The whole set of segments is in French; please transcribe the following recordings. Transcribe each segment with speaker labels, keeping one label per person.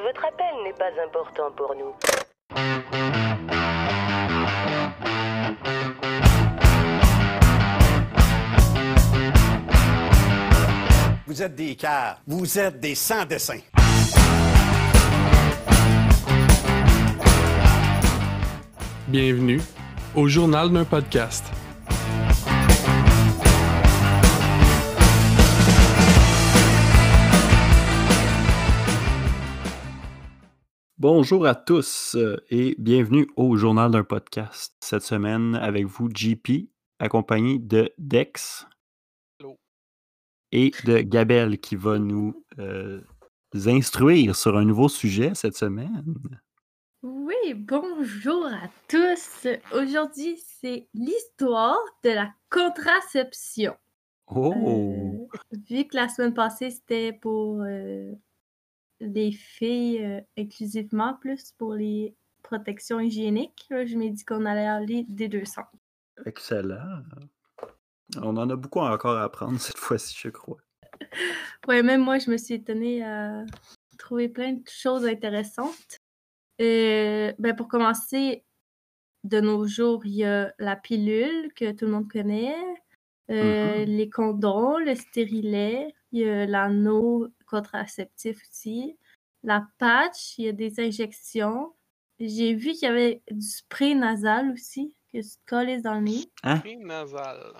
Speaker 1: Votre appel n'est pas important pour nous.
Speaker 2: Vous êtes des caves. Vous êtes des sans-dessins.
Speaker 3: Bienvenue au journal d'un podcast.
Speaker 4: Bonjour à tous euh, et bienvenue au journal d'un podcast. Cette semaine, avec vous, JP, accompagné de Dex
Speaker 3: Allô.
Speaker 4: et de Gabel qui va nous euh, instruire sur un nouveau sujet cette semaine.
Speaker 5: Oui, bonjour à tous. Aujourd'hui, c'est l'histoire de la contraception.
Speaker 4: Oh!
Speaker 5: Euh, vu que la semaine passée, c'était pour euh, les filles euh, exclusivement, plus pour les protections hygiéniques, là, je m'ai dit qu'on allait aller des deux sens.
Speaker 4: Excellent. On en a beaucoup encore à apprendre cette fois-ci, je crois.
Speaker 5: Ouais, même moi, je me suis étonnée à trouver plein de choses intéressantes. Euh, ben, pour commencer, de nos jours, il y a la pilule que tout le monde connaît, euh, les condoms, le stérilet, il y a l'anneau contraceptif aussi, la patch, il y a des injections. J'ai vu qu'il y avait du spray nasal aussi, que tu te colles dans le nez.
Speaker 3: Pré nasal.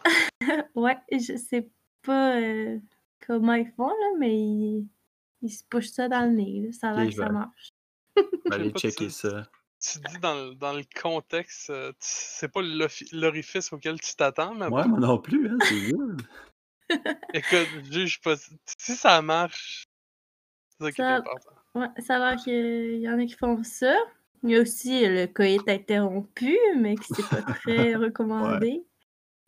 Speaker 5: Ouais, je sais pas euh, comment ils font, là, mais ils, ils se poussent ça dans le nez. là. Ça a l'air
Speaker 4: Ok,
Speaker 5: que
Speaker 4: je
Speaker 5: ça
Speaker 4: vais-
Speaker 5: marche.
Speaker 4: On va aller
Speaker 3: Pas de
Speaker 4: checker
Speaker 3: ça.
Speaker 4: ça.
Speaker 3: Tu dis dans, le- dans le contexte, euh, tu- c'est pas l'ofi- l'orifice auquel tu t'attends, mais
Speaker 4: Ouais, moi non plus, hein, c'est weird.
Speaker 3: écoute, juge pas. Si ça marche, c'est ça qui est
Speaker 5: Ça-
Speaker 3: important.
Speaker 5: Ouais, ça a l'air qu'il y en a qui font ça. Il y a aussi le coït interrompu, mais que c'est pas très recommandé.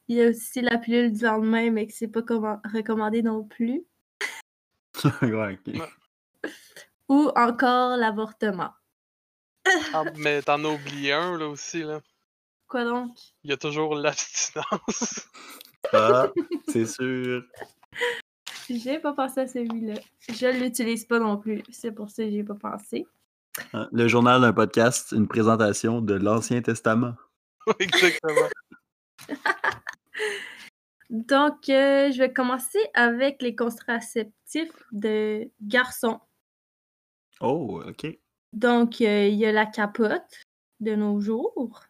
Speaker 5: Il y a aussi la pilule du lendemain, mais que c'est pas commen- recommandé non plus.
Speaker 4: ouais, ok.
Speaker 5: Ou encore l'avortement.
Speaker 3: Ah, mais t'en as oublié un là aussi, là.
Speaker 5: Quoi donc?
Speaker 3: Il y a toujours l'abstinence.
Speaker 4: Ah, c'est sûr.
Speaker 5: J'ai pas pensé à celui-là. Je l'utilise pas non plus. C'est pour ça que j'ai pas pensé.
Speaker 4: Hein, Le journal d'un podcast, une présentation de l'Ancien Testament.
Speaker 3: Exactement.
Speaker 5: Donc, euh, je vais commencer avec les contraceptifs de garçons.
Speaker 4: Oh, ok.
Speaker 5: Donc, euh, il y a la capote de nos jours.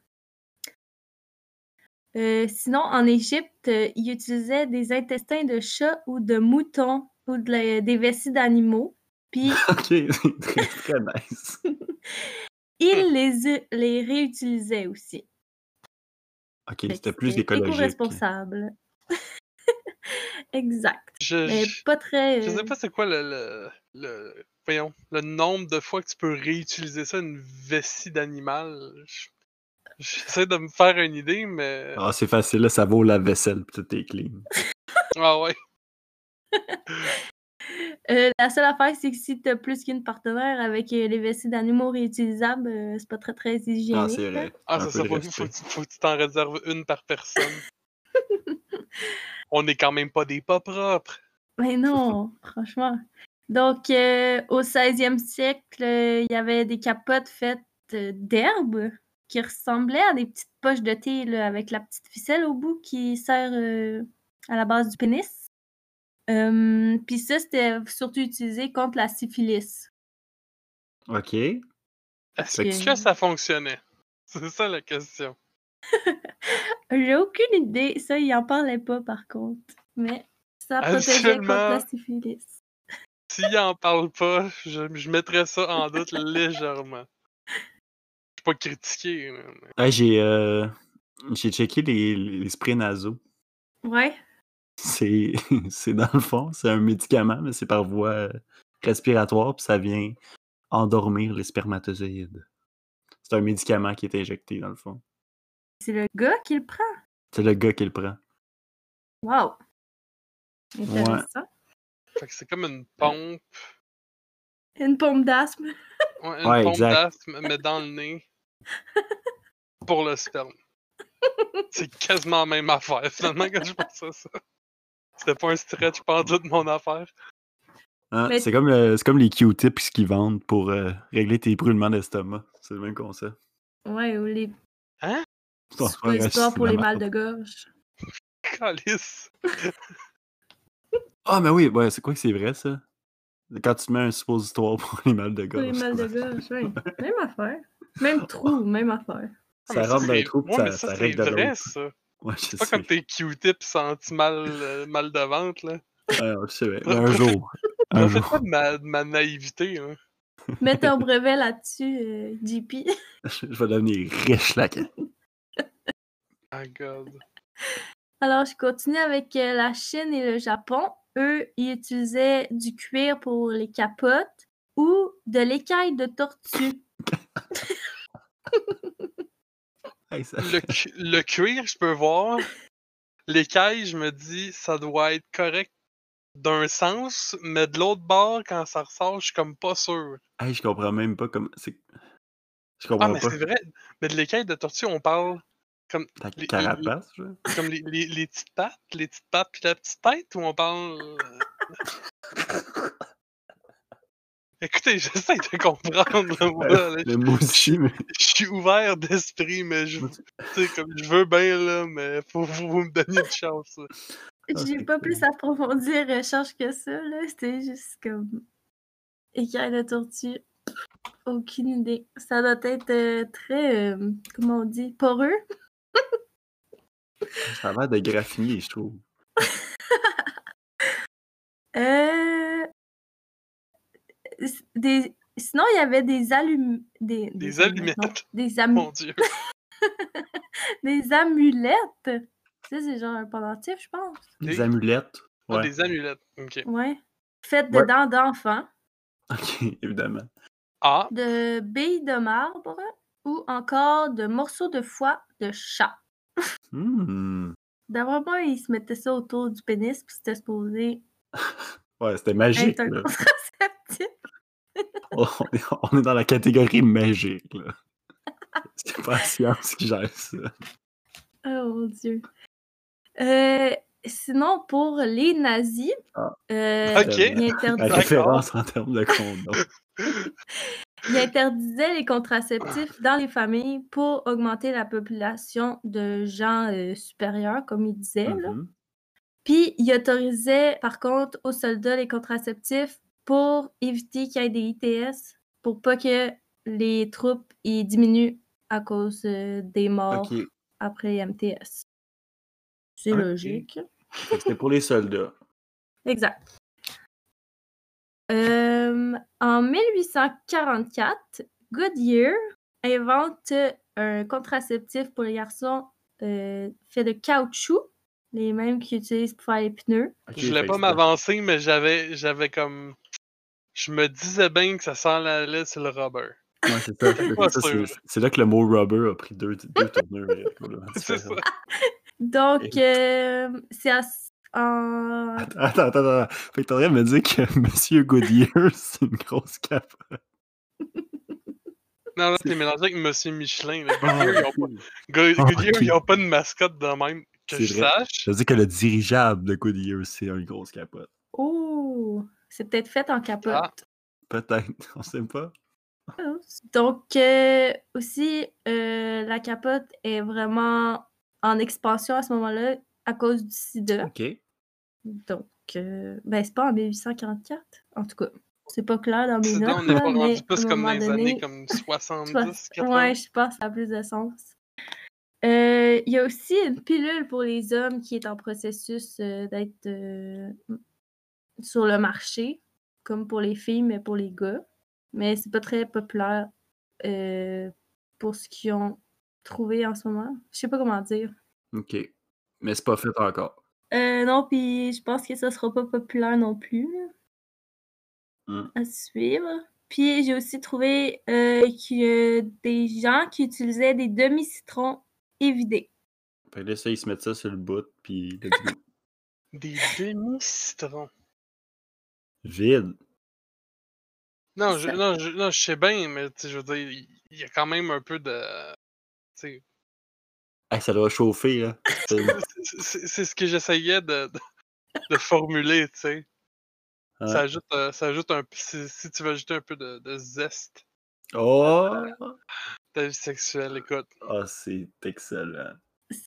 Speaker 5: Euh, sinon, en Égypte, euh, ils utilisaient des intestins de chat ou de mouton ou de la- des vessies d'animaux. Puis,
Speaker 4: Ok, c'est très, très nice.
Speaker 5: ils les, u- les réutilisaient aussi.
Speaker 4: Ok,
Speaker 5: Fait que
Speaker 4: c'était plus écologique.
Speaker 5: éco-responsable. exact.
Speaker 3: Je,
Speaker 5: Mais
Speaker 3: je-
Speaker 5: pas très...
Speaker 3: je sais
Speaker 5: euh,
Speaker 3: pas c'est quoi le, le, le- Voyons, le nombre de fois que tu peux réutiliser ça, une vessie d'animal. Je- J'essaie de me faire une idée, mais.
Speaker 4: Ah, c'est facile, là, ça vaut la vaisselle, puis tout est clean.
Speaker 3: Ah ouais.
Speaker 5: Euh, la seule affaire, c'est que si t'as plus qu'une partenaire avec euh, les vessies d'animaux réutilisables, euh, c'est pas très, très hygiénique.
Speaker 4: Ah, c'est
Speaker 5: là.
Speaker 4: vrai.
Speaker 3: Ah,
Speaker 4: Un
Speaker 3: c'est
Speaker 4: peu
Speaker 3: ça,
Speaker 4: de
Speaker 3: faut,
Speaker 4: respect.
Speaker 3: faut que tu- faut que tu t'en réserves une par personne. On n'est quand même pas des pas propres.
Speaker 5: Mais non, franchement. Donc, euh, au 16e siècle, euh, il y avait des capotes faites euh, d'herbe qui ressemblaient à des petites poches de thé là, avec la petite ficelle au bout qui sert euh, à la base du pénis. Euh, Puis ça, c'était surtout utilisé contre la syphilis.
Speaker 4: Ok.
Speaker 3: Est-ce
Speaker 5: Fait
Speaker 3: que...
Speaker 5: que-
Speaker 3: ça fonctionnait? C'est ça la question.
Speaker 5: J'ai aucune idée. Ça, il en parlait pas, par contre. Mais ça protégeait contre la
Speaker 3: Absolument.
Speaker 5: syphilis.
Speaker 3: S'il en parle pas, je, je mettrais ça en doute légèrement. Je suis pas critiqué. là, mais-
Speaker 4: Ah, j'ai euh, j'ai checké les, les sprays nasaux.
Speaker 5: Ouais.
Speaker 4: C'est c'est dans le fond, c'est un médicament, mais c'est par voie euh, respiratoire, puis ça vient endormir les spermatozoïdes. C'est un médicament qui est injecté, dans le fond.
Speaker 5: C'est le gars qui le prend.
Speaker 4: C'est le gars qui le prend.
Speaker 5: Wow. Intéressant.
Speaker 3: Fait que c'est comme une pompe.
Speaker 5: Une pompe d'asthme.
Speaker 3: ouais, une
Speaker 4: Ouais,
Speaker 3: pompe
Speaker 4: exact.
Speaker 3: d'asthme, mais dans le nez. Pour le sperme. c'est quasiment la même affaire, finalement, quand je pense à ça. C'était pas un stretch, pas en doute mon affaire.
Speaker 4: Hein,
Speaker 5: Mais-
Speaker 4: C'est comme, le- c'est comme les Q-tips qu'ils vendent pour euh, régler tes brûlements d'estomac. C'est le même concept.
Speaker 5: Ouais, ou les
Speaker 4: Je pense pas,
Speaker 5: super
Speaker 4: reste,
Speaker 5: histoires
Speaker 4: c'est
Speaker 5: pour
Speaker 4: de la
Speaker 5: les
Speaker 4: merde.
Speaker 5: mal de gorge.
Speaker 3: Calice.
Speaker 4: Ah, mais oui, ouais, c'est quoi que c'est vrai, ça? Quand tu mets un suppositoire pour les mal de
Speaker 5: Pour
Speaker 4: gorge.
Speaker 5: les mal de gorge, oui. Même affaire. Même trou, même affaire.
Speaker 3: Ah,
Speaker 4: Ça
Speaker 3: mais
Speaker 4: rentre dans
Speaker 3: c'est-
Speaker 4: le trou, puis
Speaker 3: ouais,
Speaker 4: ça,
Speaker 3: mais
Speaker 4: ça
Speaker 3: ça,
Speaker 4: règle de
Speaker 3: c'est vrai,
Speaker 4: l'autre.
Speaker 3: ça.
Speaker 4: Ouais, je
Speaker 3: C'est pas
Speaker 4: sais.
Speaker 3: comme tes Q-tips senti mal, euh, mal de ventre, là.
Speaker 4: Ouais, je sais, mais un jour. Un
Speaker 3: Ne faites
Speaker 4: jour.
Speaker 3: pas de ma, de ma naïveté, hein.
Speaker 5: Mets un brevet là-dessus, euh, JP.
Speaker 4: Je vais devenir riche, là.
Speaker 3: Ah, God.
Speaker 5: Alors, je continue avec euh, la Chine et le Japon. Eux, ils utilisaient du cuir pour les capotes ou de l'écaille de tortue.
Speaker 4: Hey, ça-
Speaker 3: Le, cu- le cuir, je peux voir. L'écaille, je me dis, ça doit être correct d'un sens, mais de l'autre bord, quand ça ressort, je suis comme pas sûr.
Speaker 4: hey, je comprends même pas comment. c'est- Je
Speaker 3: Ah,
Speaker 4: comprends
Speaker 3: mais
Speaker 4: pas.
Speaker 3: c'est vrai. Mais de l'écaille de tortue, on parle
Speaker 4: Ta
Speaker 3: les-
Speaker 4: carapace, genre?
Speaker 3: comme les, les- les petites pattes, les petites pattes puis la petite tête, ou on parle. euh, Écoutez, j'essaie de comprendre. là, moi, là,
Speaker 4: Ben, Le mot aussi, mais.
Speaker 3: Je suis ouvert d'esprit, mais je, tu sais, comme je veux bien, là, mais faut vous, vous me donner une chance. là.
Speaker 4: Ah,
Speaker 5: J'ai
Speaker 4: c'est
Speaker 5: pas
Speaker 4: cool.
Speaker 5: plus approfondi les recherches que ça, là. C'était juste comme écaille de tortue. Aucune idée. Ça doit être euh, très, euh, comment on dit, poreux.
Speaker 4: Ça a l'air de graffiner, je trouve.
Speaker 5: Euh, s- Des... Sinon, il y avait des allumettes. Des,
Speaker 3: Des
Speaker 5: non,
Speaker 3: allumettes.
Speaker 5: Des, amu-
Speaker 3: Mon Dieu.
Speaker 5: des amulettes. Ça, c'est genre un pendentif, je pense.
Speaker 4: Des
Speaker 3: Des-
Speaker 4: amulettes.
Speaker 3: Ah,
Speaker 4: Ouais.
Speaker 3: Des amulettes. Ok.
Speaker 5: Ouais. Faites de
Speaker 4: Ouais.
Speaker 5: dents d'enfant,
Speaker 4: Ok, évidemment.
Speaker 3: Ah,
Speaker 5: de billes de marbre ou encore de morceaux de foie de chat.
Speaker 4: Hmm.
Speaker 5: D'après moi, ils se mettaient ça autour du pénis, puis c'était supposé
Speaker 4: Ouais, c'était magique.
Speaker 5: être un
Speaker 4: là.
Speaker 5: contraceptif.
Speaker 4: On est, on est dans la catégorie magique. là. C'est pas la science qui gère ça.
Speaker 5: Oh mon dieu. Euh, sinon, pour les nazis,
Speaker 4: Ah.
Speaker 5: euh,
Speaker 3: Ok.
Speaker 5: ils,
Speaker 4: La
Speaker 5: interdis-
Speaker 4: référence en termes de condom.
Speaker 5: ils interdisaient les contraceptifs dans les familles pour augmenter la population de gens euh, supérieurs, comme ils disaient. là.
Speaker 4: Mhm.
Speaker 5: Puis, ils autorisaient, par contre, aux soldats les contraceptifs pour éviter qu'il y ait des ITS, pour pas que les troupes y diminuent à cause euh, des morts
Speaker 4: Ok,
Speaker 5: après les MTS. C'est
Speaker 4: Ok.
Speaker 5: logique.
Speaker 4: fait que c'était pour les soldats.
Speaker 5: Exact. Euh, en 1844, Goodyear invente un contraceptif pour les garçons euh, fait de caoutchouc, les mêmes qu'ils utilisent pour faire les pneus.
Speaker 4: Ok,
Speaker 3: je voulais
Speaker 4: fait
Speaker 3: pas
Speaker 4: que
Speaker 3: m'avancer, mais j'avais j'avais comme. Je me disais bien que ça sent la laisse sur le rubber.
Speaker 4: c'était- ouais, c'est ça. Fait que ça,
Speaker 3: sûr.
Speaker 4: c'est- C'est là que le mot rubber a pris deux, deux tournures. euh, complètement
Speaker 3: C'est ça.
Speaker 4: différentes.
Speaker 5: Donc,
Speaker 4: Et-
Speaker 5: euh, c'est à s- en...
Speaker 4: Attends, attends, attends. attends. Fait que t'as rien de me dire que Monsieur Goodyear, c'est une grosse cape.
Speaker 3: Non, là, t'es mélangé avec Monsieur Michelin. là. Goodyear, ils ont pas- Go-
Speaker 4: Ah,
Speaker 3: Goodyear,
Speaker 4: ok.
Speaker 3: ils ont pas de mascotte de même que
Speaker 4: C'est
Speaker 3: je
Speaker 4: vrai.
Speaker 3: sache.
Speaker 4: Je veux dire que le dirigeable de Goodyear, c'est une grosse capote.
Speaker 5: Oh! C'est peut-être fait en capote.
Speaker 3: Ah.
Speaker 4: Peut-être, on sait pas.
Speaker 5: Donc, euh, aussi, euh, la capote est vraiment en expansion à ce moment-là à cause du sida.
Speaker 4: OK.
Speaker 3: Oh.
Speaker 5: Donc, euh, ben, c'est pas en 1844. En tout cas, c'est pas clair dans mes
Speaker 3: Sinon,
Speaker 5: notes.
Speaker 3: on n'est
Speaker 5: là,
Speaker 3: pas
Speaker 5: mais
Speaker 3: rendu plus
Speaker 5: à un
Speaker 3: comme dans
Speaker 5: moment
Speaker 3: les
Speaker 5: donné,
Speaker 3: années comme 70,
Speaker 5: soix- Ouais,
Speaker 3: 80.
Speaker 5: je pense que ça a plus de sens. Euh, Il y a aussi une pilule pour les hommes qui est en processus euh, d'être euh, sur le marché, comme pour les filles, mais pour les gars. Mais c'est pas très populaire euh, pour ce qu'ils ont trouvé en ce moment. Je sais pas comment dire.
Speaker 4: OK. Mais c'est pas fait encore.
Speaker 5: Euh, non, puis je pense que ça sera pas populaire non plus. là.
Speaker 4: Hmm.
Speaker 5: À suivre. Puis j'ai aussi trouvé euh, que des gens qui utilisaient des demi-citrons évidés.
Speaker 4: Fait que là, ça, ils se mettent ça sur le bout, puis let's go.
Speaker 3: Des demi-citrons.
Speaker 4: Vide.
Speaker 3: Non, je,
Speaker 5: Ça-
Speaker 3: non, je, non, je sais bien, mais tu sais, je veux dire, il il y a quand même un peu de. tu sais,
Speaker 4: Hey, ça doit chauffer, hein. là. C'est-
Speaker 3: c'est- C'est c'est ce que j'essayais de, de, de formuler, tu sais. Ça, ajoute, euh, ça ajoute un p- si, si tu veux ajouter un peu de, de zeste
Speaker 4: Oh,
Speaker 3: ta vie sexuelle, écoute.
Speaker 4: Ah, c'est excellent.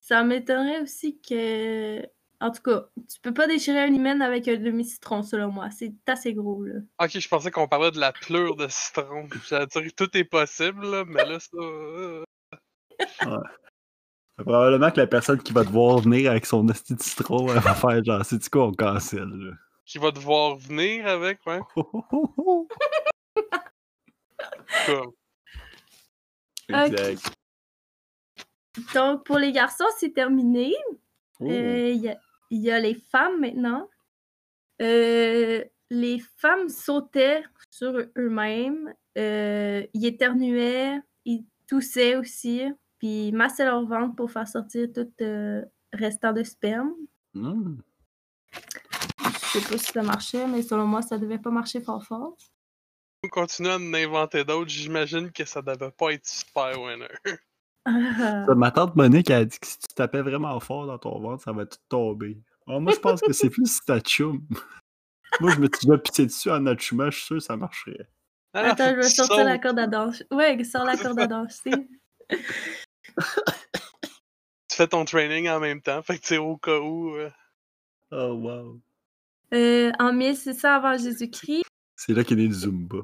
Speaker 5: Ça m'étonnerait aussi que. En tout cas, tu peux pas déchirer un hymen avec un demi-citron, selon moi. C'est assez gros, là.
Speaker 3: Ok, je pensais qu'on parlait de la pleure de citron. J'allais dire tout est possible, là, mais là, ça. euh,
Speaker 4: Probablement que la personne qui va te voir venir avec son hostie de citron, elle va faire genre, c'est quoi, on cancelle, là.
Speaker 3: qui va devoir venir avec, ouais.
Speaker 4: Oh, oh, oh, oh.
Speaker 3: Comme,
Speaker 4: Exact.
Speaker 5: Donc, pour les garçons, c'est terminé.
Speaker 4: Oh.
Speaker 5: Euh, Il y, a- il y a les femmes maintenant. Euh, les femmes sautaient sur eux-mêmes. euh, ils éternuaient, ils toussaient aussi, puis ils massaient leur ventre pour faire sortir tout euh, restant de sperme.
Speaker 4: Hmm.
Speaker 5: Je sais pas si ça marchait, mais selon moi, ça devait pas marcher fort fort.
Speaker 3: on continue à en inventer d'autres. J'imagine que ça devait pas être super winner.
Speaker 5: Ah,
Speaker 4: Ça, Ma tante Monique elle a dit que si tu tapais vraiment fort dans ton ventre, ça va tout tomber. Alors, moi, je pense que c'est plus si t'as chum. Moi, je me suis déjà pissé dessus en achumant, je suis sûr que ça marcherait.
Speaker 3: Ah, faut
Speaker 5: Attends, je
Speaker 3: que
Speaker 5: vais
Speaker 3: tu
Speaker 5: sortir la
Speaker 3: sautes.
Speaker 5: corde à danse. Ouais, sors la corde à danser.
Speaker 3: Tu fais ton training en même temps. Fait que tu sais, au cas où. euh,
Speaker 4: Oh, wow.
Speaker 5: Euh, en 1600 avant Jésus-Christ.
Speaker 4: C'est là qu'il y a des Zumba.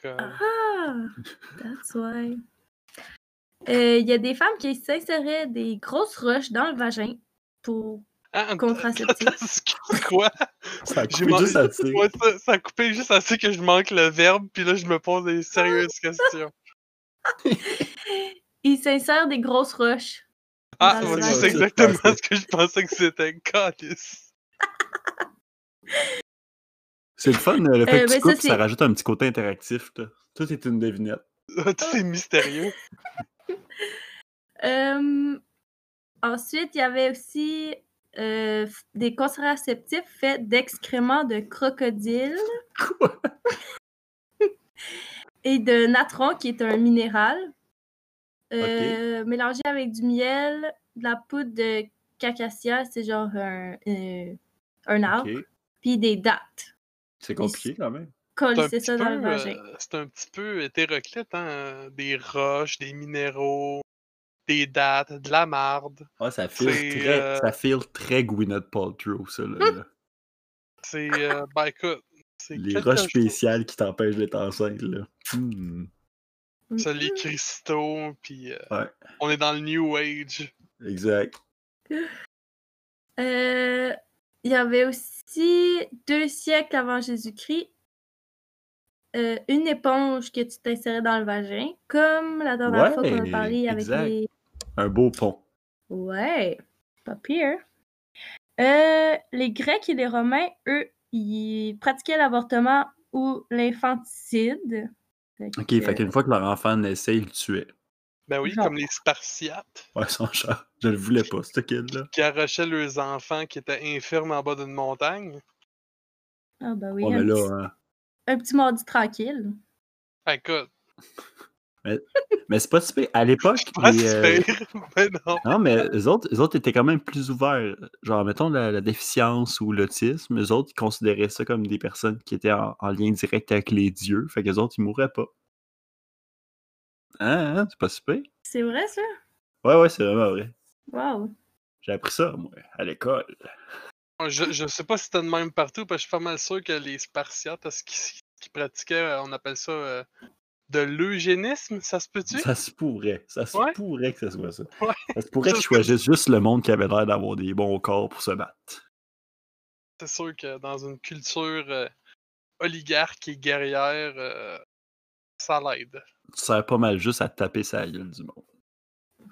Speaker 3: comme-
Speaker 5: Ah, that's why. Euh, Il y a des femmes qui s'inséraient des grosses roches dans le vagin pour.
Speaker 3: Ah,
Speaker 5: Contraceptif.
Speaker 3: attends, excuse, Quoi?
Speaker 4: Ça
Speaker 3: J'ai
Speaker 4: coûte juste
Speaker 3: mangé-
Speaker 4: assez.
Speaker 3: Ouais, ça, ça a coupé juste assez que je manque le verbe, puis là, je me pose des sérieuses questions.
Speaker 5: Ils s'insèrent des grosses roches.
Speaker 3: Ah,
Speaker 5: Dans le
Speaker 3: voilà,
Speaker 5: vagin.
Speaker 3: c'est exactement ce que je pensais que c'était. Calice.
Speaker 4: C'est le fun, le fait que
Speaker 5: Euh,
Speaker 4: tu
Speaker 5: ben, ça,
Speaker 4: coupes, ça,
Speaker 5: c'est-
Speaker 4: rajoute un petit côté interactif. là. Tout est une devinette.
Speaker 3: Tout est mystérieux.
Speaker 5: Euh, ensuite, il y avait aussi euh, f- des contraceptifs faits d'excréments de crocodile
Speaker 4: Quoi?
Speaker 5: et de natron, qui est un minéral, euh, mélangé avec du miel, de la poudre de cacacia, c'est genre un, euh, un arbre,
Speaker 4: Ok.
Speaker 5: puis des dates.
Speaker 4: C'est compliqué quand même.
Speaker 5: Colle,
Speaker 3: C'est un
Speaker 5: c'est
Speaker 3: petit
Speaker 5: ça dans le
Speaker 3: peu,
Speaker 5: vagin.
Speaker 3: euh, c'est un petit peu hétéroclite, hein? Des roches, des minéraux, des dates, de la marde.
Speaker 4: Ah, ça file
Speaker 3: C'est,
Speaker 4: très,
Speaker 3: euh,
Speaker 4: ça file très Gwyneth Paltrow, ça. Là, là.
Speaker 3: C'est. Euh, ben écoute, c'est
Speaker 4: Les
Speaker 3: quelque
Speaker 4: roches
Speaker 3: chose.
Speaker 4: spéciales qui t'empêchent d'être enceinte. Là. Hmm.
Speaker 3: euh, Ça, les
Speaker 5: Mhm.
Speaker 3: cristaux, puis euh,
Speaker 4: Ouais.
Speaker 3: on est dans le New Age.
Speaker 4: Exact.
Speaker 5: Euh, il y avait aussi deux siècles avant Jésus-Christ, euh, une éponge que tu t'insérais dans le vagin, comme la dernière fois qu'on
Speaker 4: Ouais,
Speaker 5: a parlé avec
Speaker 4: exact.
Speaker 5: les.
Speaker 4: Un beau pont.
Speaker 5: Ouais, pas pire. Euh, les Grecs et les Romains, eux, ils pratiquaient l'avortement ou l'infanticide. Fait
Speaker 4: Ok,
Speaker 5: que-
Speaker 4: fait qu'une fois que leur enfant naissait, ils le tuaient.
Speaker 3: Ben oui,
Speaker 5: Genre.
Speaker 3: comme les Spartiates.
Speaker 4: Ouais, son chat. Je le voulais pas, ce kid-là.
Speaker 3: qui arrachaient leurs enfants qui étaient infirmes en bas d'une montagne.
Speaker 5: Ah, bah oui,
Speaker 4: Ouais,
Speaker 5: un,
Speaker 4: mais là,
Speaker 5: petit,
Speaker 4: hein.
Speaker 5: un petit mardi tranquille.
Speaker 3: Ah, écoute,
Speaker 4: Mais c'est pas si pire. À l'époque,
Speaker 3: pas
Speaker 4: les,
Speaker 3: si
Speaker 4: euh,
Speaker 3: pire. Mais non.
Speaker 4: Non, mais eux autres, eux autres étaient quand même plus ouverts. Genre, mettons la, la déficience ou l'autisme, eux autres, ils considéraient ça comme des personnes qui étaient en, en lien direct avec les dieux. Fait qu'eux autres, ils mourraient pas. Hein, hein, c'est pas super.
Speaker 5: C'est vrai, ça?
Speaker 4: Ouais, ouais, c'est vraiment vrai.
Speaker 5: Waouh!
Speaker 4: J'ai appris ça, moi, à l'école.
Speaker 3: Je, je sais pas si c'était de même partout, parce que je suis pas mal sûr que les Spartiates, ce qu'ils qu'ils pratiquaient, euh, on appelle ça euh, de l'eugénisme, ça se peut-tu?
Speaker 4: Ça se pourrait. Ça se
Speaker 3: Ouais.
Speaker 4: pourrait que ça soit ça.
Speaker 3: Ouais.
Speaker 4: Ça se pourrait qu'ils choisissent juste le monde qui avait l'air d'avoir des bons corps pour se battre.
Speaker 3: C'est sûr que dans une culture euh, oligarque et guerrière, euh, ça l'aide.
Speaker 4: Tu sers pas mal juste à taper sa gueule du monde.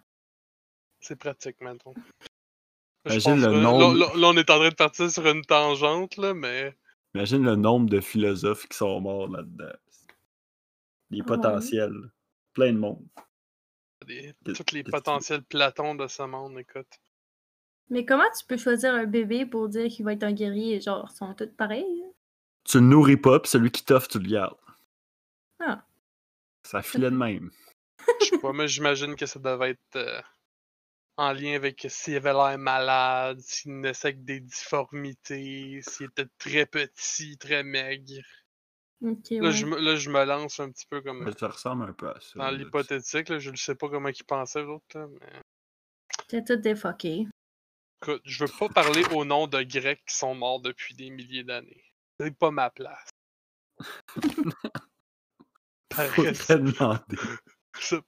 Speaker 3: C'est pratique, maintenant.
Speaker 4: Imagine le nombre-
Speaker 3: Là, là, on est en train de partir sur une tangente, là, mais
Speaker 4: Imagine le nombre de philosophes qui sont morts là-dedans. Les
Speaker 5: Ah ouais.
Speaker 4: potentiels. Plein de monde.
Speaker 3: des- tous
Speaker 4: Qu'est-
Speaker 3: les
Speaker 4: qu'est-ce que tu veux?
Speaker 3: potentiels Platons de ce monde, écoute.
Speaker 5: Mais comment tu peux choisir un bébé pour dire qu'il va être un guerrier? Genre, ils sont tous pareils.
Speaker 4: Tu le nourris pas, puis celui qui t'offre, tu le gardes.
Speaker 5: Ah.
Speaker 4: Ça filait de même.
Speaker 3: Je sais pas, mais j'imagine que ça devait être euh, en lien avec s'il avait l'air malade, s'il naissait avec des difformités, s'il était très petit, très maigre.
Speaker 5: Ok,
Speaker 3: Là,
Speaker 5: ouais.
Speaker 3: je, me- là, je me lance un petit peu comme
Speaker 4: Ben, Ça ressemble un peu à ça.
Speaker 3: dans
Speaker 4: là,
Speaker 3: l'hypothétique. là, Je ne sais pas comment ils pensaient, l'autre. là, mais-
Speaker 5: T'es tout défoqué.
Speaker 3: Écoute, je veux pas parler au nom de Grecs qui sont morts depuis des milliers d'années. C'est pas ma place. par,
Speaker 4: tu sais.
Speaker 3: res-
Speaker 4: Faudrait demander.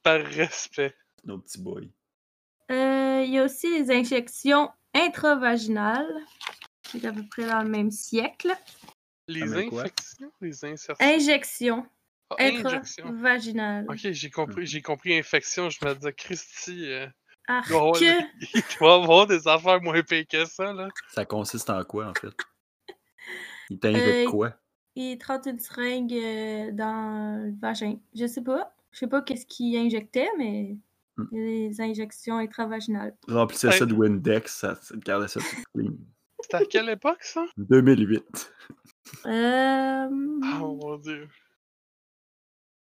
Speaker 3: par respect.
Speaker 4: Nos petits boys.
Speaker 5: Euh, Il y a aussi les injections intravaginales, qui est à peu près dans le même siècle.
Speaker 3: Les
Speaker 4: mais quoi?
Speaker 3: infections, les insertions.
Speaker 5: Injections
Speaker 3: Ah, injections.
Speaker 5: intravaginales.
Speaker 3: Ok, j'ai compris, j'ai compris infection. Je me disais, Christy, euh,
Speaker 5: Arc.
Speaker 3: il, doit avoir, il doit avoir des affaires moins payées que ça, là.
Speaker 4: Ça consiste en quoi, en fait? Il t'invite
Speaker 5: Euh,
Speaker 4: quoi?
Speaker 5: Il trente une seringue euh, dans le vagin. Je sais pas. Je sais pas qu'est-ce qu'il injectait, mais
Speaker 4: Hmm.
Speaker 5: il y a les injections intravaginales.
Speaker 4: Remplissez ça
Speaker 3: Hey.
Speaker 4: de Windex, ça, ça gardez ça tout clean.
Speaker 3: C'était à quelle époque, ça?
Speaker 4: 2008.
Speaker 5: Euh,
Speaker 3: Ah, mon dieu.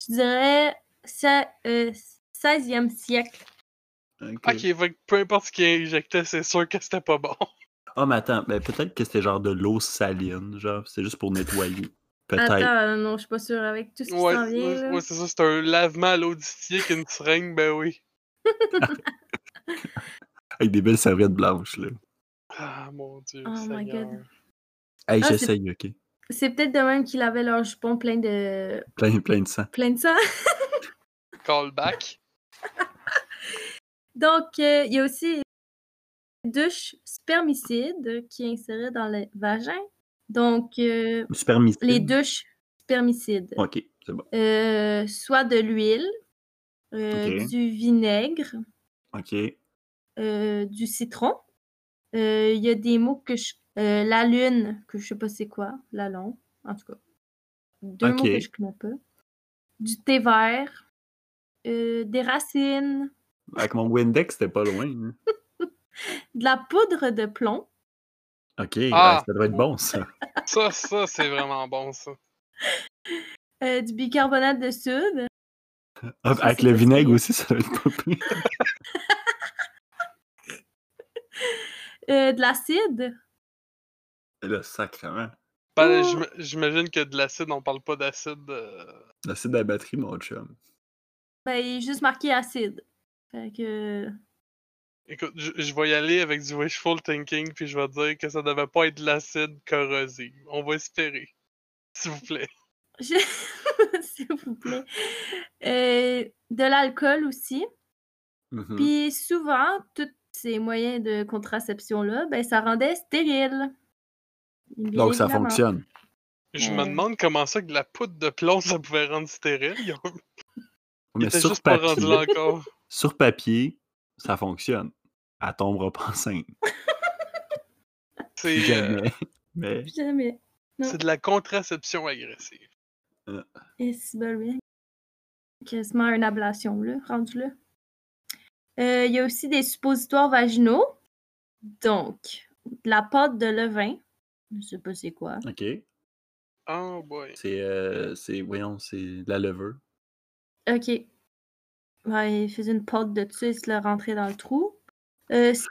Speaker 5: Je dirais ça, euh, 16e siècle.
Speaker 3: Ok, fait que peu importe ce qu'il injectait, c'est sûr que c'était pas bon.
Speaker 4: Ah, mais attends, ben, peut-être que c'était genre de l'eau saline, genre, c'est juste pour nettoyer. Peut-être.
Speaker 5: Attends, non, je suis pas sûre avec tout ce qui
Speaker 3: Ouais,
Speaker 5: s'en vient.
Speaker 3: ouais,
Speaker 5: là.
Speaker 3: ouais, c'est ça, c'est un lavement à l'eau distillée qu'une seringue, ben oui.
Speaker 4: Avec des belles serviettes blanches, là.
Speaker 3: Ah mon dieu.
Speaker 5: Oh my
Speaker 3: Seigneur.
Speaker 5: God.
Speaker 4: Hey,
Speaker 5: Ah, c'est-
Speaker 4: j'essaye, ok?
Speaker 5: C'est peut-être de même qu'il avait leur jupon plein de
Speaker 4: Plein, plein de sang.
Speaker 5: plein de sang.
Speaker 3: Callback.
Speaker 5: Donc, euh, il y a aussi une douche spermicide qui est insérée dans le vagin. Donc, euh,
Speaker 4: Spermicide.
Speaker 5: les douches spermicides.
Speaker 4: Ok, c'est bon.
Speaker 5: Euh, soit de l'huile, euh,
Speaker 4: Ok.
Speaker 5: du vinaigre,
Speaker 4: Ok.
Speaker 5: euh, du citron. Euh, Il y a des mots que je... euh, la lune, que je sais pas c'est quoi, la longue, en tout cas. Deux mots
Speaker 4: Ok.
Speaker 5: que je connais pas. Du thé vert, euh, des racines,
Speaker 4: Avec mon Windex, c'était pas loin. hein.
Speaker 5: de la poudre de plomb,
Speaker 4: Ok,
Speaker 3: Ah.
Speaker 4: ben, ça devrait être bon, ça.
Speaker 3: Ça, ça, c'est vraiment bon, ça.
Speaker 5: euh, du bicarbonate de soude,
Speaker 4: Ah,
Speaker 5: Ça,
Speaker 4: avec
Speaker 5: c'est
Speaker 4: le
Speaker 5: pas
Speaker 4: vinaigre
Speaker 5: pire.
Speaker 4: aussi, ça va être pas pire.
Speaker 5: euh, de l'acide.
Speaker 4: Le sacrement.
Speaker 3: Ben,
Speaker 5: Ouh.
Speaker 3: j'im- J'imagine que de l'acide, on parle pas d'acide. euh,
Speaker 4: L'acide de la batterie, mon chum.
Speaker 5: Ben, il est juste marqué acide. Fait que.
Speaker 3: Écoute, je je vais y aller avec du wishful thinking, puis je vais dire que ça devait pas être de l'acide corrosif. On va espérer. S'il vous plaît.
Speaker 5: je- S'il vous plaît. Euh, de l'alcool aussi.
Speaker 4: Mhm.
Speaker 5: Puis souvent, tous ces moyens de contraception-là, ben, ça rendait stérile. Bien
Speaker 4: Donc, ça
Speaker 5: évidemment.
Speaker 4: fonctionne.
Speaker 3: Je me
Speaker 5: Ouais.
Speaker 3: demande comment ça que la poudre de plomb, ça pouvait rendre stérile. Ils ont- ils
Speaker 4: Mais
Speaker 3: étaient
Speaker 4: sur
Speaker 3: juste pas rendus là
Speaker 4: papier,
Speaker 3: encore.
Speaker 4: sur papier, ça fonctionne. Elle tombera pas enceinte.
Speaker 3: C'est euh,
Speaker 4: Jamais. Mais
Speaker 5: Plus Jamais. non.
Speaker 3: c'est de la contraception agressive.
Speaker 5: Et si ben oui. Quasiment une ablation, là, rendu là. Euh, Il y a aussi des suppositoires vaginaux. Donc, de la pâte de levain. Je sais pas c'est quoi.
Speaker 4: OK.
Speaker 3: Oh boy.
Speaker 4: C'est, euh, c'est voyons, c'est de la levure.
Speaker 5: Ok. Ouais, il faisait une porte de dessus et se le rentrait dans le trou. Euh, si-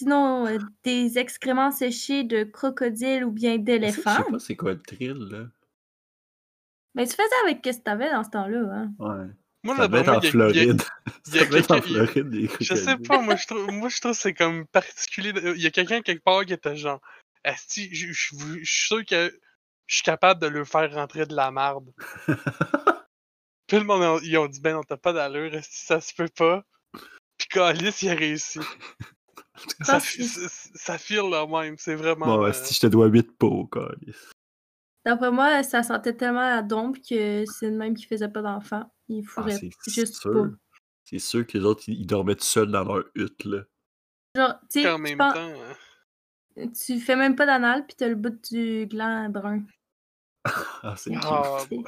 Speaker 5: sinon, euh, des excréments séchés de crocodile ou
Speaker 4: Mais
Speaker 5: bien
Speaker 4: ça, Je
Speaker 5: d'éléphant.
Speaker 4: sais pas c'est quoi le thrill, là.
Speaker 5: Mais tu faisais avec qu'est-ce que t'avais dans ce temps-là. Hein?
Speaker 4: Ouais.
Speaker 3: Moi,
Speaker 4: ça
Speaker 3: là,
Speaker 4: devait être en Floride.
Speaker 3: il y a
Speaker 4: Ça devait être en
Speaker 3: quelqu'un- il y a-
Speaker 4: Floride, les
Speaker 3: Je sais
Speaker 4: crocodiles.
Speaker 3: pas, moi je trouve, moi je trouve que c'est comme particulier. de- Il y a quelqu'un quelque part qui était genre, Asti, je je- je- je suis sûr que je suis capable de leur faire rentrer de la marde. Puis le monde, a- ils ont dit, ben non, t'as pas d'allure, Asti, ça se peut pas. Puis Calis, il a réussi. Ça,
Speaker 5: Parce que
Speaker 3: fi- ça, ça file là même, c'est vraiment.
Speaker 4: Bon,
Speaker 3: euh,
Speaker 4: si je te dois 8 pots, quoi.
Speaker 5: D'après moi, ça sentait tellement la dompe que c'est le même qui faisait pas d'enfant. Il
Speaker 4: Ah,
Speaker 5: fourrait
Speaker 4: c'est
Speaker 5: juste
Speaker 4: sûr. C'est sûr que les autres, ils ils dormaient tout seuls dans leur hutte, là.
Speaker 5: pas. Genre, tu sais,
Speaker 3: en
Speaker 5: tu
Speaker 3: même
Speaker 5: pen-
Speaker 3: temps. hein.
Speaker 5: tu fais même pas d'anal puis t'as le bout du gland brun.
Speaker 4: Ah, c'est cute.
Speaker 3: Ah,
Speaker 5: C'est-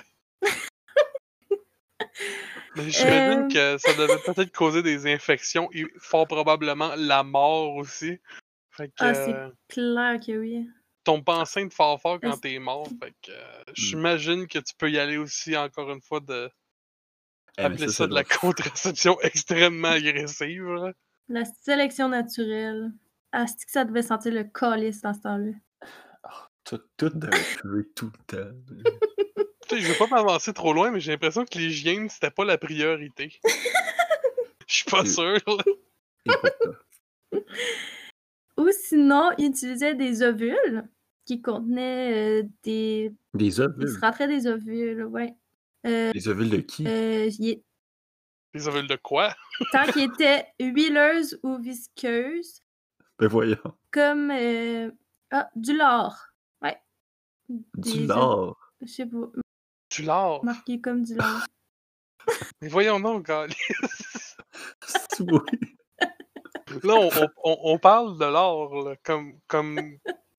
Speaker 3: mais
Speaker 5: Euh.
Speaker 3: j'imagine que ça devait peut-être causer des infections et fort probablement la mort aussi. Fait que.
Speaker 5: Ah, c'est-
Speaker 3: euh,
Speaker 5: Clair que oui.
Speaker 3: tombe pas enceinte fort fort quand
Speaker 5: Est-ce-
Speaker 3: t'es mort. Fait que euh, j'imagine que tu peux y aller aussi, encore une fois, de
Speaker 4: Eh, mais
Speaker 3: appeler ça, de la
Speaker 4: doit-
Speaker 3: contraception extrêmement agressive. là.
Speaker 5: La sélection naturelle. Est-ce que ça devait sentir le colis dans ce temps-là?
Speaker 4: Tout, tout devait tuer tout le temps.
Speaker 3: Tu sais, je veux pas m'avancer trop loin, mais j'ai l'impression que l'hygiène, c'était pas la priorité. Je suis pas
Speaker 4: Mm.
Speaker 3: sûr. là.
Speaker 4: Écoute,
Speaker 5: Ou sinon, ils utilisaient des ovules qui contenaient euh, des.
Speaker 4: Des
Speaker 5: Ils se
Speaker 4: ovules.
Speaker 5: rentraient des ovules, ouais.
Speaker 4: Des ovules de qui?
Speaker 5: Euh, il est-
Speaker 3: Ils veulent de quoi?
Speaker 5: Tant qu'ils étaient huileuses ou visqueuses,
Speaker 4: Ben voyons.
Speaker 5: comme. euh, Ah, du lard. Ouais. Des
Speaker 4: Du
Speaker 5: ov-
Speaker 4: lard.
Speaker 5: Je sais pas,
Speaker 3: Tu l'or.
Speaker 5: marqué comme du lard.
Speaker 3: Mais voyons donc, gars.
Speaker 4: Si oui.
Speaker 3: Là, on, on- on- on parle de l'or, là, comme, comme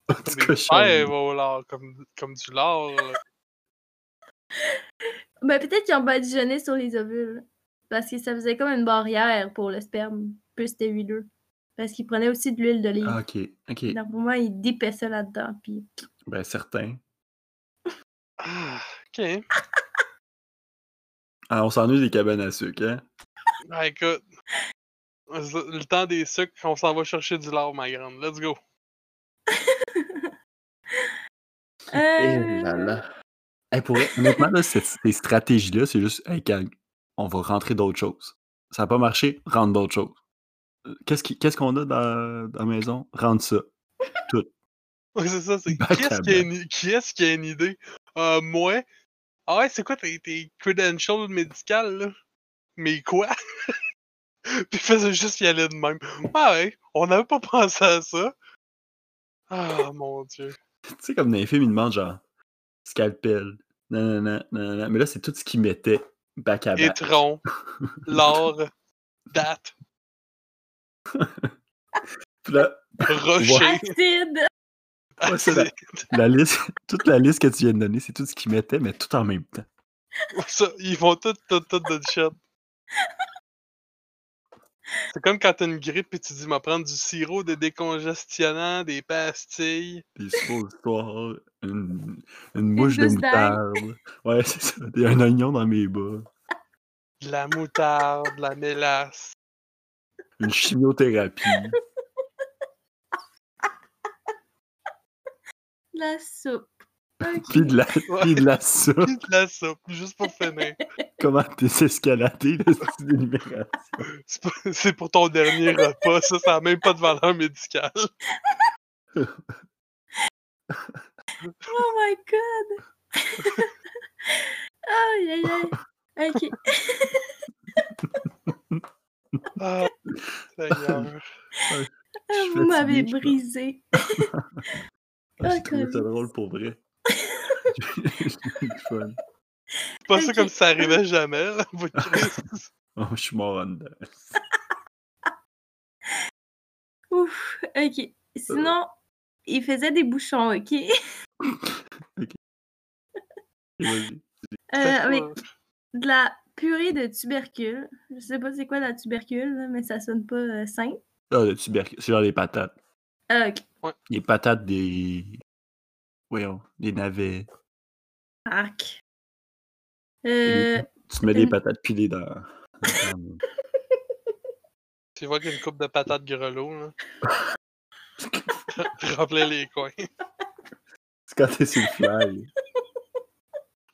Speaker 4: En tout
Speaker 3: des
Speaker 4: cas,
Speaker 3: fèves
Speaker 4: je
Speaker 3: au lard, comme, comme du lard. là.
Speaker 5: Ben, peut-être qu'ils ont badigeonné sur les ovules. Parce que ça faisait comme une barrière pour le sperme. Plus c'était huileux. Parce qu'ils prenaient aussi de l'huile d'olive.
Speaker 4: Ah, ok, ok.
Speaker 5: Donc, pour moi, ils dépaient ça là-dedans. Puis,
Speaker 4: Ben certain.
Speaker 3: Ah, ok.
Speaker 4: Ah, on s'ennuie des cabanes à sucre, hein?
Speaker 3: Ah, écoute. Le temps des sucres, on s'en va chercher du lard, ma grande. Let's go.
Speaker 5: Euh,
Speaker 4: Eh là là. Hey, pour vrai, honnêtement, là, ces, ces stratégies-là, c'est juste, hey, calme, on va rentrer d'autres choses. Ça n'a pas marché, rentre d'autres choses. Euh, Qu'est-ce qui- qu'est-ce qu'on a dans, dans la maison? Rentre ça.
Speaker 3: Ouais, c'est ça, c'est
Speaker 4: Bac
Speaker 3: qui
Speaker 4: à
Speaker 3: est-ce qui, a une- qui est-ce qui a une idée? Euh, moi? Ah ouais, c'est quoi tes, tes credentials médicales, là? Mais quoi? Puis il faisait juste y aller de même. Ah ouais, on n'avait pas pensé à ça. Ah mon dieu.
Speaker 4: tu sais, comme dans les films, ils demandent genre, scalpel, nanana, nanana. Mais là, c'est tout ce qu'ils mettaient back à back.
Speaker 3: Étron, l'or, date,
Speaker 4: Puis là,
Speaker 3: rocher.
Speaker 5: acide!
Speaker 4: ouais, c'est la, la liste, toute la liste que tu viens de donner, c'est tout ce qu'ils mettaient, mais tout en même temps.
Speaker 3: Ça, ils font tout, tout, tout de shot. C'est comme quand t'as une grippe et tu dis, m'en prendre du sirop, des décongestionnants, des pastilles.
Speaker 4: Des faux histoires, une, une mouche de
Speaker 5: douce d'ail.
Speaker 4: moutarde. Ouais, c'est ça. des- un oignon dans mes bas.
Speaker 3: de la moutarde, de la mélasse.
Speaker 4: Une chimiothérapie.
Speaker 5: La soupe. Ok.
Speaker 4: puis, de la, puis de la soupe.
Speaker 3: Puis de la soupe, juste pour finir.
Speaker 4: Comment t'es escaladé, le style de libération.
Speaker 3: C'est pas- C'est pour ton dernier repas, ça, ça n'a même pas de valeur médicale.
Speaker 5: Oh my god! aïe aïe aïe! Ok.
Speaker 3: Ah, Seigneur.
Speaker 5: Ah,
Speaker 4: Je suis
Speaker 5: Vous m'avez
Speaker 4: fatigué, je crois.
Speaker 5: brisé.
Speaker 4: Ah, J'ai
Speaker 5: Ah,
Speaker 4: trouvé ça
Speaker 5: Colin.
Speaker 4: drôle pour vrai. J'ai eu du fun.
Speaker 3: C'est pas ça
Speaker 5: Ok.
Speaker 3: comme si ça arrivait jamais, là, votre Christ.
Speaker 4: Oh, je suis mort en dedans.
Speaker 5: Ouf. Ok. Sinon, il faisait des bouchons, ok?
Speaker 4: Et
Speaker 5: Euh,
Speaker 4: vas-y.
Speaker 5: Euh,
Speaker 3: C'est
Speaker 5: avec
Speaker 3: pas-
Speaker 5: de la purée de tubercule. Je sais pas c'est quoi la tubercule, là, mais ça sonne pas euh, sain.
Speaker 4: Ah, le tubercule. C'est genre les patates.
Speaker 5: Ah, ok.
Speaker 4: Les patates des. Voyons, des navets.
Speaker 5: Arc. Euh,
Speaker 4: Tu mets des
Speaker 5: Une-
Speaker 4: patates pilées dans. dans-
Speaker 3: Tu vois qu'une coupe de patates grelot, là. Remplais les coins.
Speaker 4: C'est quand t'es sur le fly.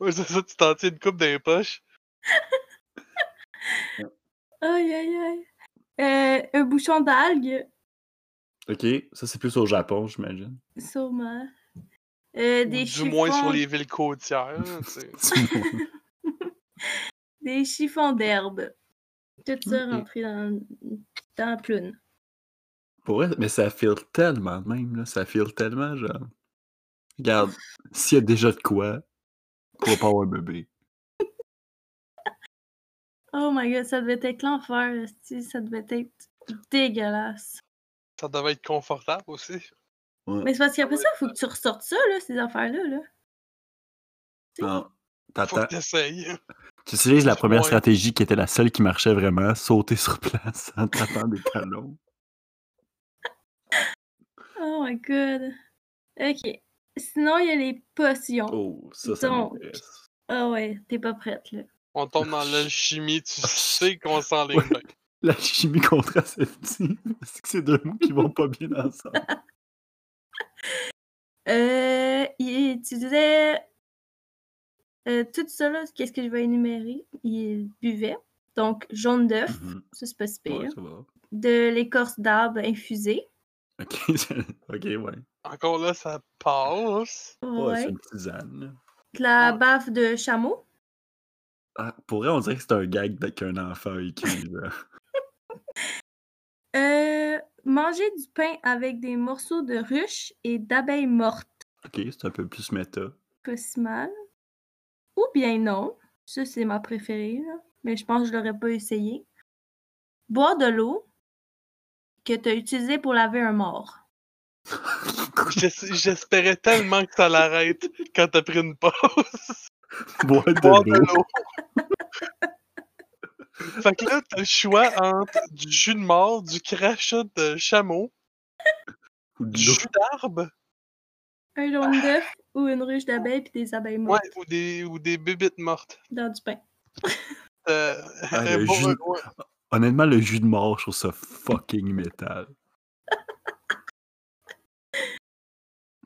Speaker 3: Ouais, c'est ça, tu t'en tiens une coupe dans les poches.
Speaker 5: aïe aïe aïe. Euh, un bouchon d'algues,
Speaker 4: Ok, ça c'est plus au Japon, j'imagine.
Speaker 5: sûrement. Euh,
Speaker 3: ou
Speaker 5: des
Speaker 3: du moins sur
Speaker 5: chiffons-
Speaker 3: les villes côtières. là, tu sais.
Speaker 5: Des chiffons d'herbe. Tout ça
Speaker 4: Ok.
Speaker 5: rentré dans, dans la plume.
Speaker 4: Pour vrai, mais ça file tellement de même, là. Ça file tellement, genre. Regarde, s'il y a déjà de quoi, pourquoi pas avoir un bébé?
Speaker 5: Oh my god, ça devait être l'enfer, esti, ça devait être dégueulasse.
Speaker 3: Ça devait être confortable aussi.
Speaker 5: Mais c'est parce qu'après ça, il faut que tu ressortes ça, là, ces affaires-là. Là.
Speaker 4: Non.
Speaker 3: Faut
Speaker 4: T'attends.
Speaker 3: que t'essayes.
Speaker 4: Tu utilises la
Speaker 3: Juste
Speaker 4: première
Speaker 3: moins.
Speaker 4: stratégie qui était la seule qui marchait vraiment, sauter sur place en tapant des talons.
Speaker 5: Oh my god. Ok. Sinon, il y a les potions. Oh,
Speaker 4: Oh, ça, ça
Speaker 5: Donc.
Speaker 4: m'intéresse.
Speaker 5: ouais, t'es pas prête, là.
Speaker 4: Ah,
Speaker 3: On tombe dans l'alchimie, tu sais qu'on s'enligne bien.
Speaker 4: La chimie contraceptive. C'est que c'est deux mots qui vont pas bien ensemble.
Speaker 5: Euh, il utilisait euh, tout ça, là, qu'est-ce que je vais énumérer? Il buvait. Donc, jaune d'œuf,
Speaker 4: Mhm.
Speaker 5: ça c'est pas si pire.
Speaker 4: Ouais, ça va.
Speaker 5: De l'écorce d'arbre infusée.
Speaker 4: Ok, c'est- ok, ouais. Ouais,
Speaker 3: Encore là, ça passe.
Speaker 4: c'est
Speaker 5: Ouais.
Speaker 4: une tisane. là.
Speaker 5: De la
Speaker 3: Ouais.
Speaker 5: bave de chameau.
Speaker 4: Ah, pour vrai, on dirait que c'est un gag de- qu'un enfant a écrit. là.
Speaker 5: Euh, manger du pain avec des morceaux de ruches et d'abeilles mortes.
Speaker 4: Ok, c'est un peu plus méta.
Speaker 5: Pas si mal. Ou bien non. Ça, c'est ma préférée, là. Mais je pense que je l'aurais pas essayé. Boire de l'eau que tu as utilisée pour laver un mort.
Speaker 3: J'ess- J'espérais tellement que ça l'arrête quand t'as pris une pause.
Speaker 4: Boire
Speaker 3: Boire
Speaker 4: de
Speaker 3: de
Speaker 4: l'eau.
Speaker 3: l'eau. fait que là, t'as le choix entre du jus de mort, du crachat de chameau,
Speaker 4: ou de
Speaker 3: du
Speaker 4: l'eau.
Speaker 3: jus d'arbre,
Speaker 5: Un jaune d'œuf ou une ruche d'abeilles puis des
Speaker 3: ouais,
Speaker 5: abeilles mortes
Speaker 3: ou des, ou des bébites mortes.
Speaker 5: dans du pain.
Speaker 3: Euh,
Speaker 4: Ah,
Speaker 3: un
Speaker 4: le
Speaker 3: bon-
Speaker 4: jus-
Speaker 3: ouais.
Speaker 4: Honnêtement, le jus de mort, je trouve ça fucking métal.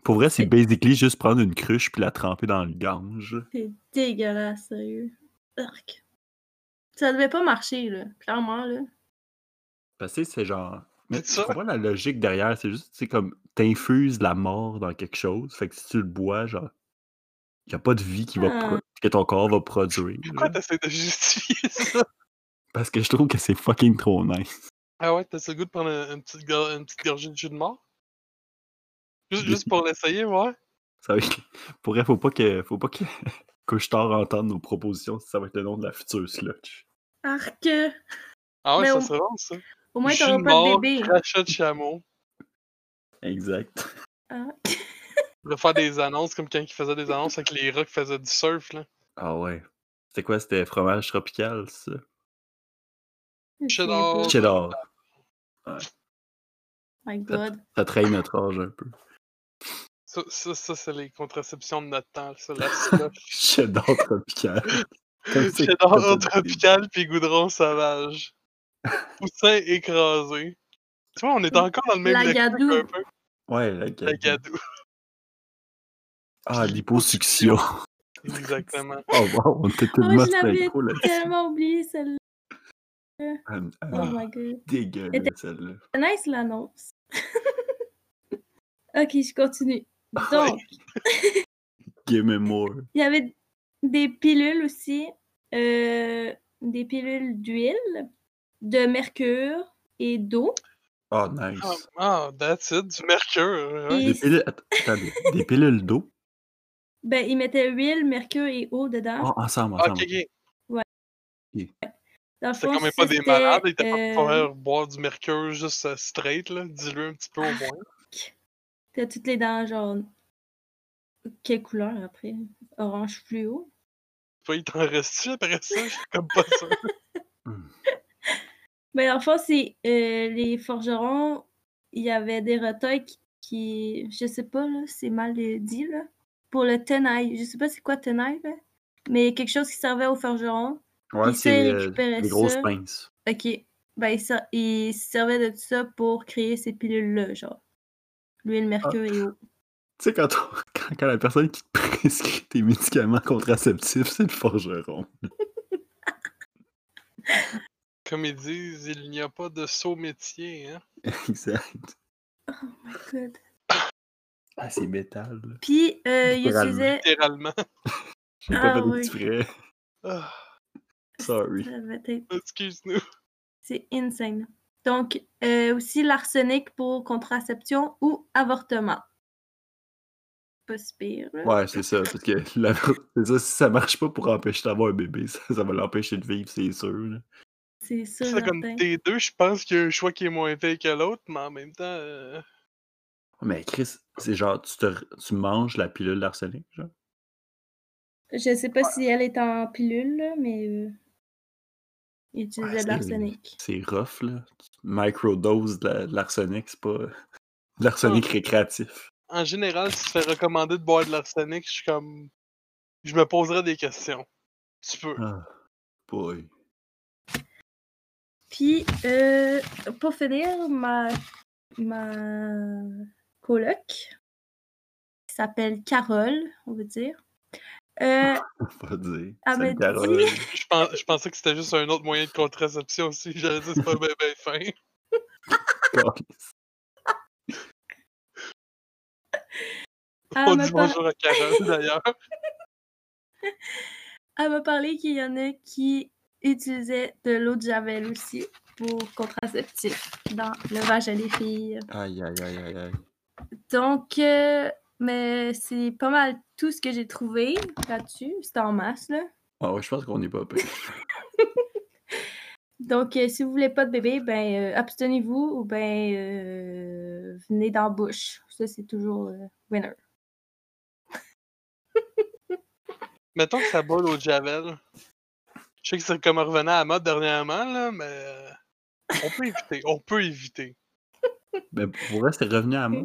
Speaker 4: Pour vrai, c'est basically juste prendre une cruche puis la tremper dans le gange.
Speaker 5: C'est dégueulasse, sérieux. Arc. Ça devait pas marcher, là. Clairement, là.
Speaker 4: Parce que c'est genre. Mais
Speaker 3: C'est
Speaker 4: tu
Speaker 3: ça.
Speaker 4: comprends la logique derrière, c'est juste, tu sais, comme t'infuses la mort dans quelque chose, fait que si tu le bois, genre, il a pas de vie qui va pro- que ton corps va produire.
Speaker 3: Pourquoi
Speaker 4: là.
Speaker 3: t'essaies de justifier ça?
Speaker 4: Parce que je trouve que c'est fucking trop nice.
Speaker 3: Ah ouais, t'as le goût de prendre un- une petite, gor- une petite gorgée de jus de mort? Juste,
Speaker 4: Oui.
Speaker 3: juste pour l'essayer, ouais?
Speaker 4: Ça va être- Pour vrai, faut pas que. Faut pas que Couche-Tard entende nos propositions, ça va être le nom de la future slotch.
Speaker 5: Arc.
Speaker 3: Ah ouais,
Speaker 5: Mais
Speaker 3: ça
Speaker 5: au-
Speaker 3: serait bon, ça.
Speaker 5: Au moins,
Speaker 3: Jus
Speaker 5: t'auras
Speaker 3: de
Speaker 5: pas de
Speaker 3: mort,
Speaker 5: bébé.
Speaker 3: Crachat de chameau.
Speaker 4: Exact.
Speaker 5: Arc.
Speaker 3: de faire des annonces comme quand ils faisaient des annonces avec les rats qui faisaient du surf là.
Speaker 4: Ah ouais. C'était quoi? C'était fromage tropical, ça?
Speaker 5: Je me
Speaker 3: Cheddar.
Speaker 5: souviens pas.
Speaker 4: Cheddar.
Speaker 5: Oh My God.
Speaker 4: Ça trahit notre âge un peu.
Speaker 3: Ça, ça, ça, c'est les contraceptions de notre temps, ça, la slush.
Speaker 4: Cheddar tropical. Comme c'est-
Speaker 3: Cheddar
Speaker 4: comme ça,
Speaker 3: tropical puis goudron sauvage. Poussin écrasé. Tu vois, on est encore dans le même
Speaker 5: Lagadou.
Speaker 3: lecteur un peu.
Speaker 4: Ouais, la
Speaker 3: La
Speaker 4: gadou.
Speaker 3: gadou.
Speaker 4: Ah, l'hyposuction.
Speaker 3: Exactement.
Speaker 4: Oh wow, on était
Speaker 5: Oh,
Speaker 4: tellement
Speaker 5: je l'avais
Speaker 4: synchro là-dessus.
Speaker 5: tellement oublié, celle-là.
Speaker 4: Elle- elle
Speaker 5: Oh
Speaker 3: Ah.
Speaker 4: me
Speaker 5: my God.
Speaker 4: dégueulait, celle-là.
Speaker 5: C'est nice, l'annonce. ok, je continue.
Speaker 3: Ah ouais.
Speaker 5: Donc,
Speaker 4: Give me more.
Speaker 5: il y avait des pilules aussi. euh, des pilules d'huile, de mercure et d'eau.
Speaker 4: Oh,
Speaker 3: Ah,
Speaker 4: nice.
Speaker 3: ah, that's it, du mercure. Ah ouais.
Speaker 5: Et
Speaker 4: Des pilules, att- attendez, des pilules d'eau?
Speaker 5: Ben, ils mettaient huile, mercure et eau dedans.
Speaker 4: Ah, ensemble,
Speaker 3: Ah, Ok,
Speaker 4: ensemble.
Speaker 3: ok.
Speaker 5: Dans le
Speaker 3: C'était
Speaker 5: fond,
Speaker 3: quand même pas des
Speaker 5: c'était,
Speaker 3: malades, ils étaient pas
Speaker 5: euh,
Speaker 3: pour faire boire du mercure juste euh, straight, là. Dis-le un petit peu au moins.
Speaker 5: T'as toutes les dents jaunes. Quelle couleur après? Orange fluo.
Speaker 3: Toi, il t'en reste-tu après ça? Je suis comme pas sûr.
Speaker 5: Mais Ben, dans le fond, c'est euh, les forgerons, il y avait des retailles qui, qui- je sais pas, là, c'est mal euh, dit, là. Pour le tenaille. Je sais pas c'est quoi tenaille, là. Mais quelque chose qui servait aux forgerons.
Speaker 4: Ouais,
Speaker 5: Puis ça,
Speaker 4: c'est
Speaker 5: ils
Speaker 4: euh,
Speaker 5: récupéraient
Speaker 4: des grosses
Speaker 5: ça.
Speaker 4: pinces.
Speaker 5: Ok. Ben, ils ser- ils se servaient de tout ça pour créer ces pilules-là, genre. L'huile, mercure et eau.
Speaker 4: Tu sais, quand, on- quand, quand la personne qui te prescrit tes médicaments contraceptifs, c'est le forgeron.
Speaker 3: Comme ils disent, il n'y a pas de saut métier, hein.
Speaker 4: Exact.
Speaker 5: My God.
Speaker 4: Ah, c'est métal. là.
Speaker 5: Puis, euh, ils
Speaker 4: Littéralement.
Speaker 5: utilisaient.
Speaker 3: Littéralement.
Speaker 4: J'ai
Speaker 5: Ah,
Speaker 4: pas fait
Speaker 5: oui.
Speaker 4: exprès.
Speaker 3: Ah.
Speaker 4: Sorry.
Speaker 5: Ça devait être-
Speaker 3: Excuse-nous.
Speaker 5: C'est insane. Donc, euh, aussi l'arsenic pour contraception ou avortement. Pas si pire. là.
Speaker 4: Ouais, c'est ça. Parce que la- c'est ça, si ça marche pas pour empêcher d'avoir un bébé, ça, ça va l'empêcher de vivre, c'est sûr. là.
Speaker 5: C'est ça.
Speaker 3: C'est comme des deux, je pense qu'il y a un choix qui est moins fait que l'autre, mais en même temps, euh,
Speaker 4: Mais Chris, c'est genre, tu, te, tu manges la pilule d'arsenic, genre.
Speaker 5: Je sais pas si elle est en pilule, là, mais euh, il utilisait
Speaker 4: Ouais,
Speaker 5: de
Speaker 4: c'est-
Speaker 5: l'arsenic.
Speaker 4: C'est rough, là. Microdose de la- de l'arsenic, c'est pas. de L'arsenic
Speaker 5: Oh.
Speaker 4: récréatif.
Speaker 3: en général, si tu te fais recommander de boire de l'arsenic, je suis comme. Je me poserais des questions. Tu peux.
Speaker 4: Ah, boy.
Speaker 5: Puis, euh, pour finir, ma, ma coloc, qui s'appelle Carole, on va dire, euh,
Speaker 4: On va dire.
Speaker 5: Ah,
Speaker 4: Salut,
Speaker 5: ben, dis-
Speaker 4: Carole.
Speaker 3: Je, pens- je pensais que c'était juste un autre moyen de contraception aussi. J'allais dire, c'est pas bien ben fin.
Speaker 5: elle
Speaker 3: On
Speaker 5: m'a
Speaker 3: dit
Speaker 5: par-
Speaker 3: bonjour à Carole d'ailleurs.
Speaker 5: elle m'a parlé qu'il y en a qui utilisaient de l'eau de javel aussi pour contraceptif dans le vagin des filles.
Speaker 4: Aïe, aïe, aïe, aïe, aïe.
Speaker 5: Donc, euh, mais c'est pas mal tout ce que j'ai trouvé là-dessus. C'était en masse, là.
Speaker 4: Ah ouais, je pense qu'on est pas pire.
Speaker 5: Donc, euh, si vous voulez pas de bébé, ben euh, abstenez-vous ou ben euh, venez dans la bouche. Ça, c'est toujours euh, winner.
Speaker 3: Mettons que ça bolle au Javel. Je sais que c'est comme revenant à la mode dernièrement, là, mais euh, on peut éviter. On peut éviter.
Speaker 4: Mais pour vrai, c'est revenu à moi.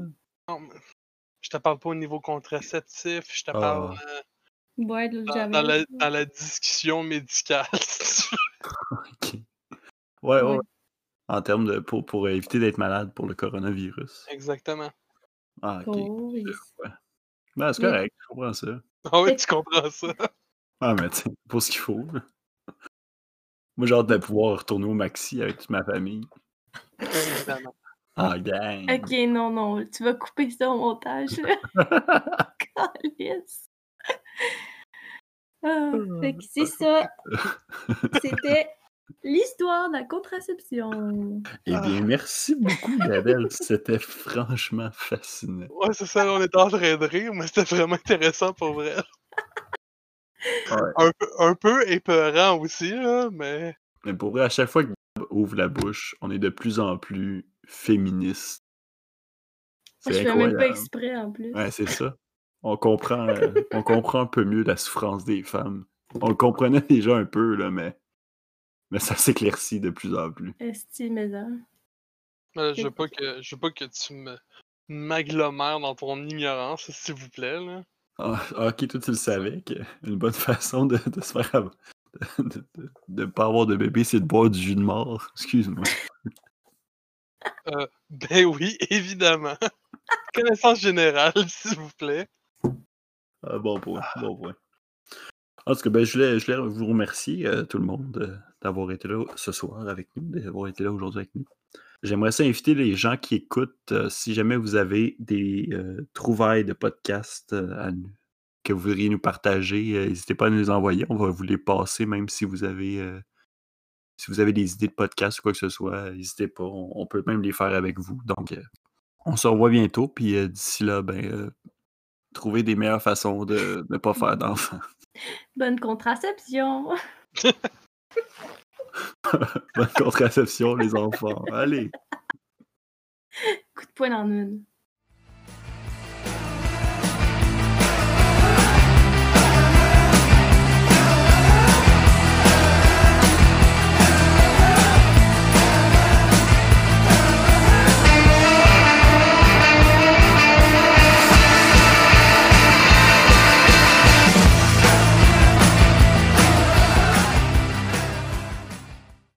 Speaker 3: Non, mais je te parle pas au niveau contraceptif, je te
Speaker 4: Ah.
Speaker 3: parle euh,
Speaker 5: Boire de l'eau de
Speaker 3: dans, dans la, dans la discussion médicale. si tu veux.
Speaker 4: Ok. Ouais, ouais.
Speaker 5: Ouais.
Speaker 4: En termes de. Pour, pour éviter d'être malade pour le coronavirus.
Speaker 3: Exactement.
Speaker 4: Ah, ok.
Speaker 5: Oh, yes.
Speaker 4: Ben, c'est
Speaker 5: Mais-
Speaker 4: correct, je comprends ça.
Speaker 3: Ah oui, tu comprends ça.
Speaker 4: Ah, mais tu sais, pour ce qu'il faut. là. Moi, j'ai hâte de pouvoir retourner au maxi avec toute ma famille.
Speaker 3: Évidemment.
Speaker 4: Ah, gang!
Speaker 5: Ok, non, non, tu vas couper ça au montage. là. Câlisse. Ah, fait que c'est ça. C'était l'histoire de la contraception.
Speaker 4: Eh
Speaker 5: Ah.
Speaker 4: bien, merci beaucoup, Isabelle. C'était franchement fascinant.
Speaker 3: Ouais, c'est ça, on est en train de rire, mais c'était vraiment intéressant pour vrai. Un, peu- un peu épeurant aussi, là, mais
Speaker 4: Mais pour vrai, à chaque fois que Gab ouvre la bouche, on est de plus en plus féministe.
Speaker 5: Je
Speaker 4: C'est
Speaker 5: fais même pas
Speaker 4: incroyable.
Speaker 5: exprès en plus.
Speaker 4: Ouais, c'est ça. On comprend, euh, on comprend un peu mieux la souffrance des femmes. On le comprenait déjà un peu, là, mais, mais ça s'éclaircit de plus en plus.
Speaker 5: Esti, hein. mes hommes.
Speaker 3: euh, je veux pas que je veux pas que tu me m'agglomères dans ton ignorance, s'il vous plaît, là.
Speaker 4: Ah, ok, toi, tu le savais qu'une bonne façon de, de se faire avoir- de- de- de pas avoir de bébé, c'est de boire du jus de mort. Excuse-moi.
Speaker 3: Ben oui, évidemment. Connaissance générale, s'il vous plaît.
Speaker 4: Ah, bon point, bon point. En tout cas, ben, je, voulais, je voulais vous remercier, euh, tout le monde, euh, d'avoir été là ce soir avec nous, d'avoir été là aujourd'hui avec nous. J'aimerais ça inviter les gens qui écoutent, euh, si jamais vous avez des euh, trouvailles de podcasts euh, à nous- que vous voudriez nous partager, euh, n'hésitez pas à nous les envoyer. On va vous les passer, même si vous avez, euh, si vous avez des idées de podcasts ou quoi que ce soit, euh, n'hésitez pas. On, on peut même les faire avec vous. Donc, euh, on se revoit bientôt. Puis euh, d'ici là, ben, euh, trouver des meilleures façons de ne pas faire d'enfants.
Speaker 5: Bonne contraception.
Speaker 4: Bonne contraception, les enfants. Allez!
Speaker 5: Coup de poing dans une.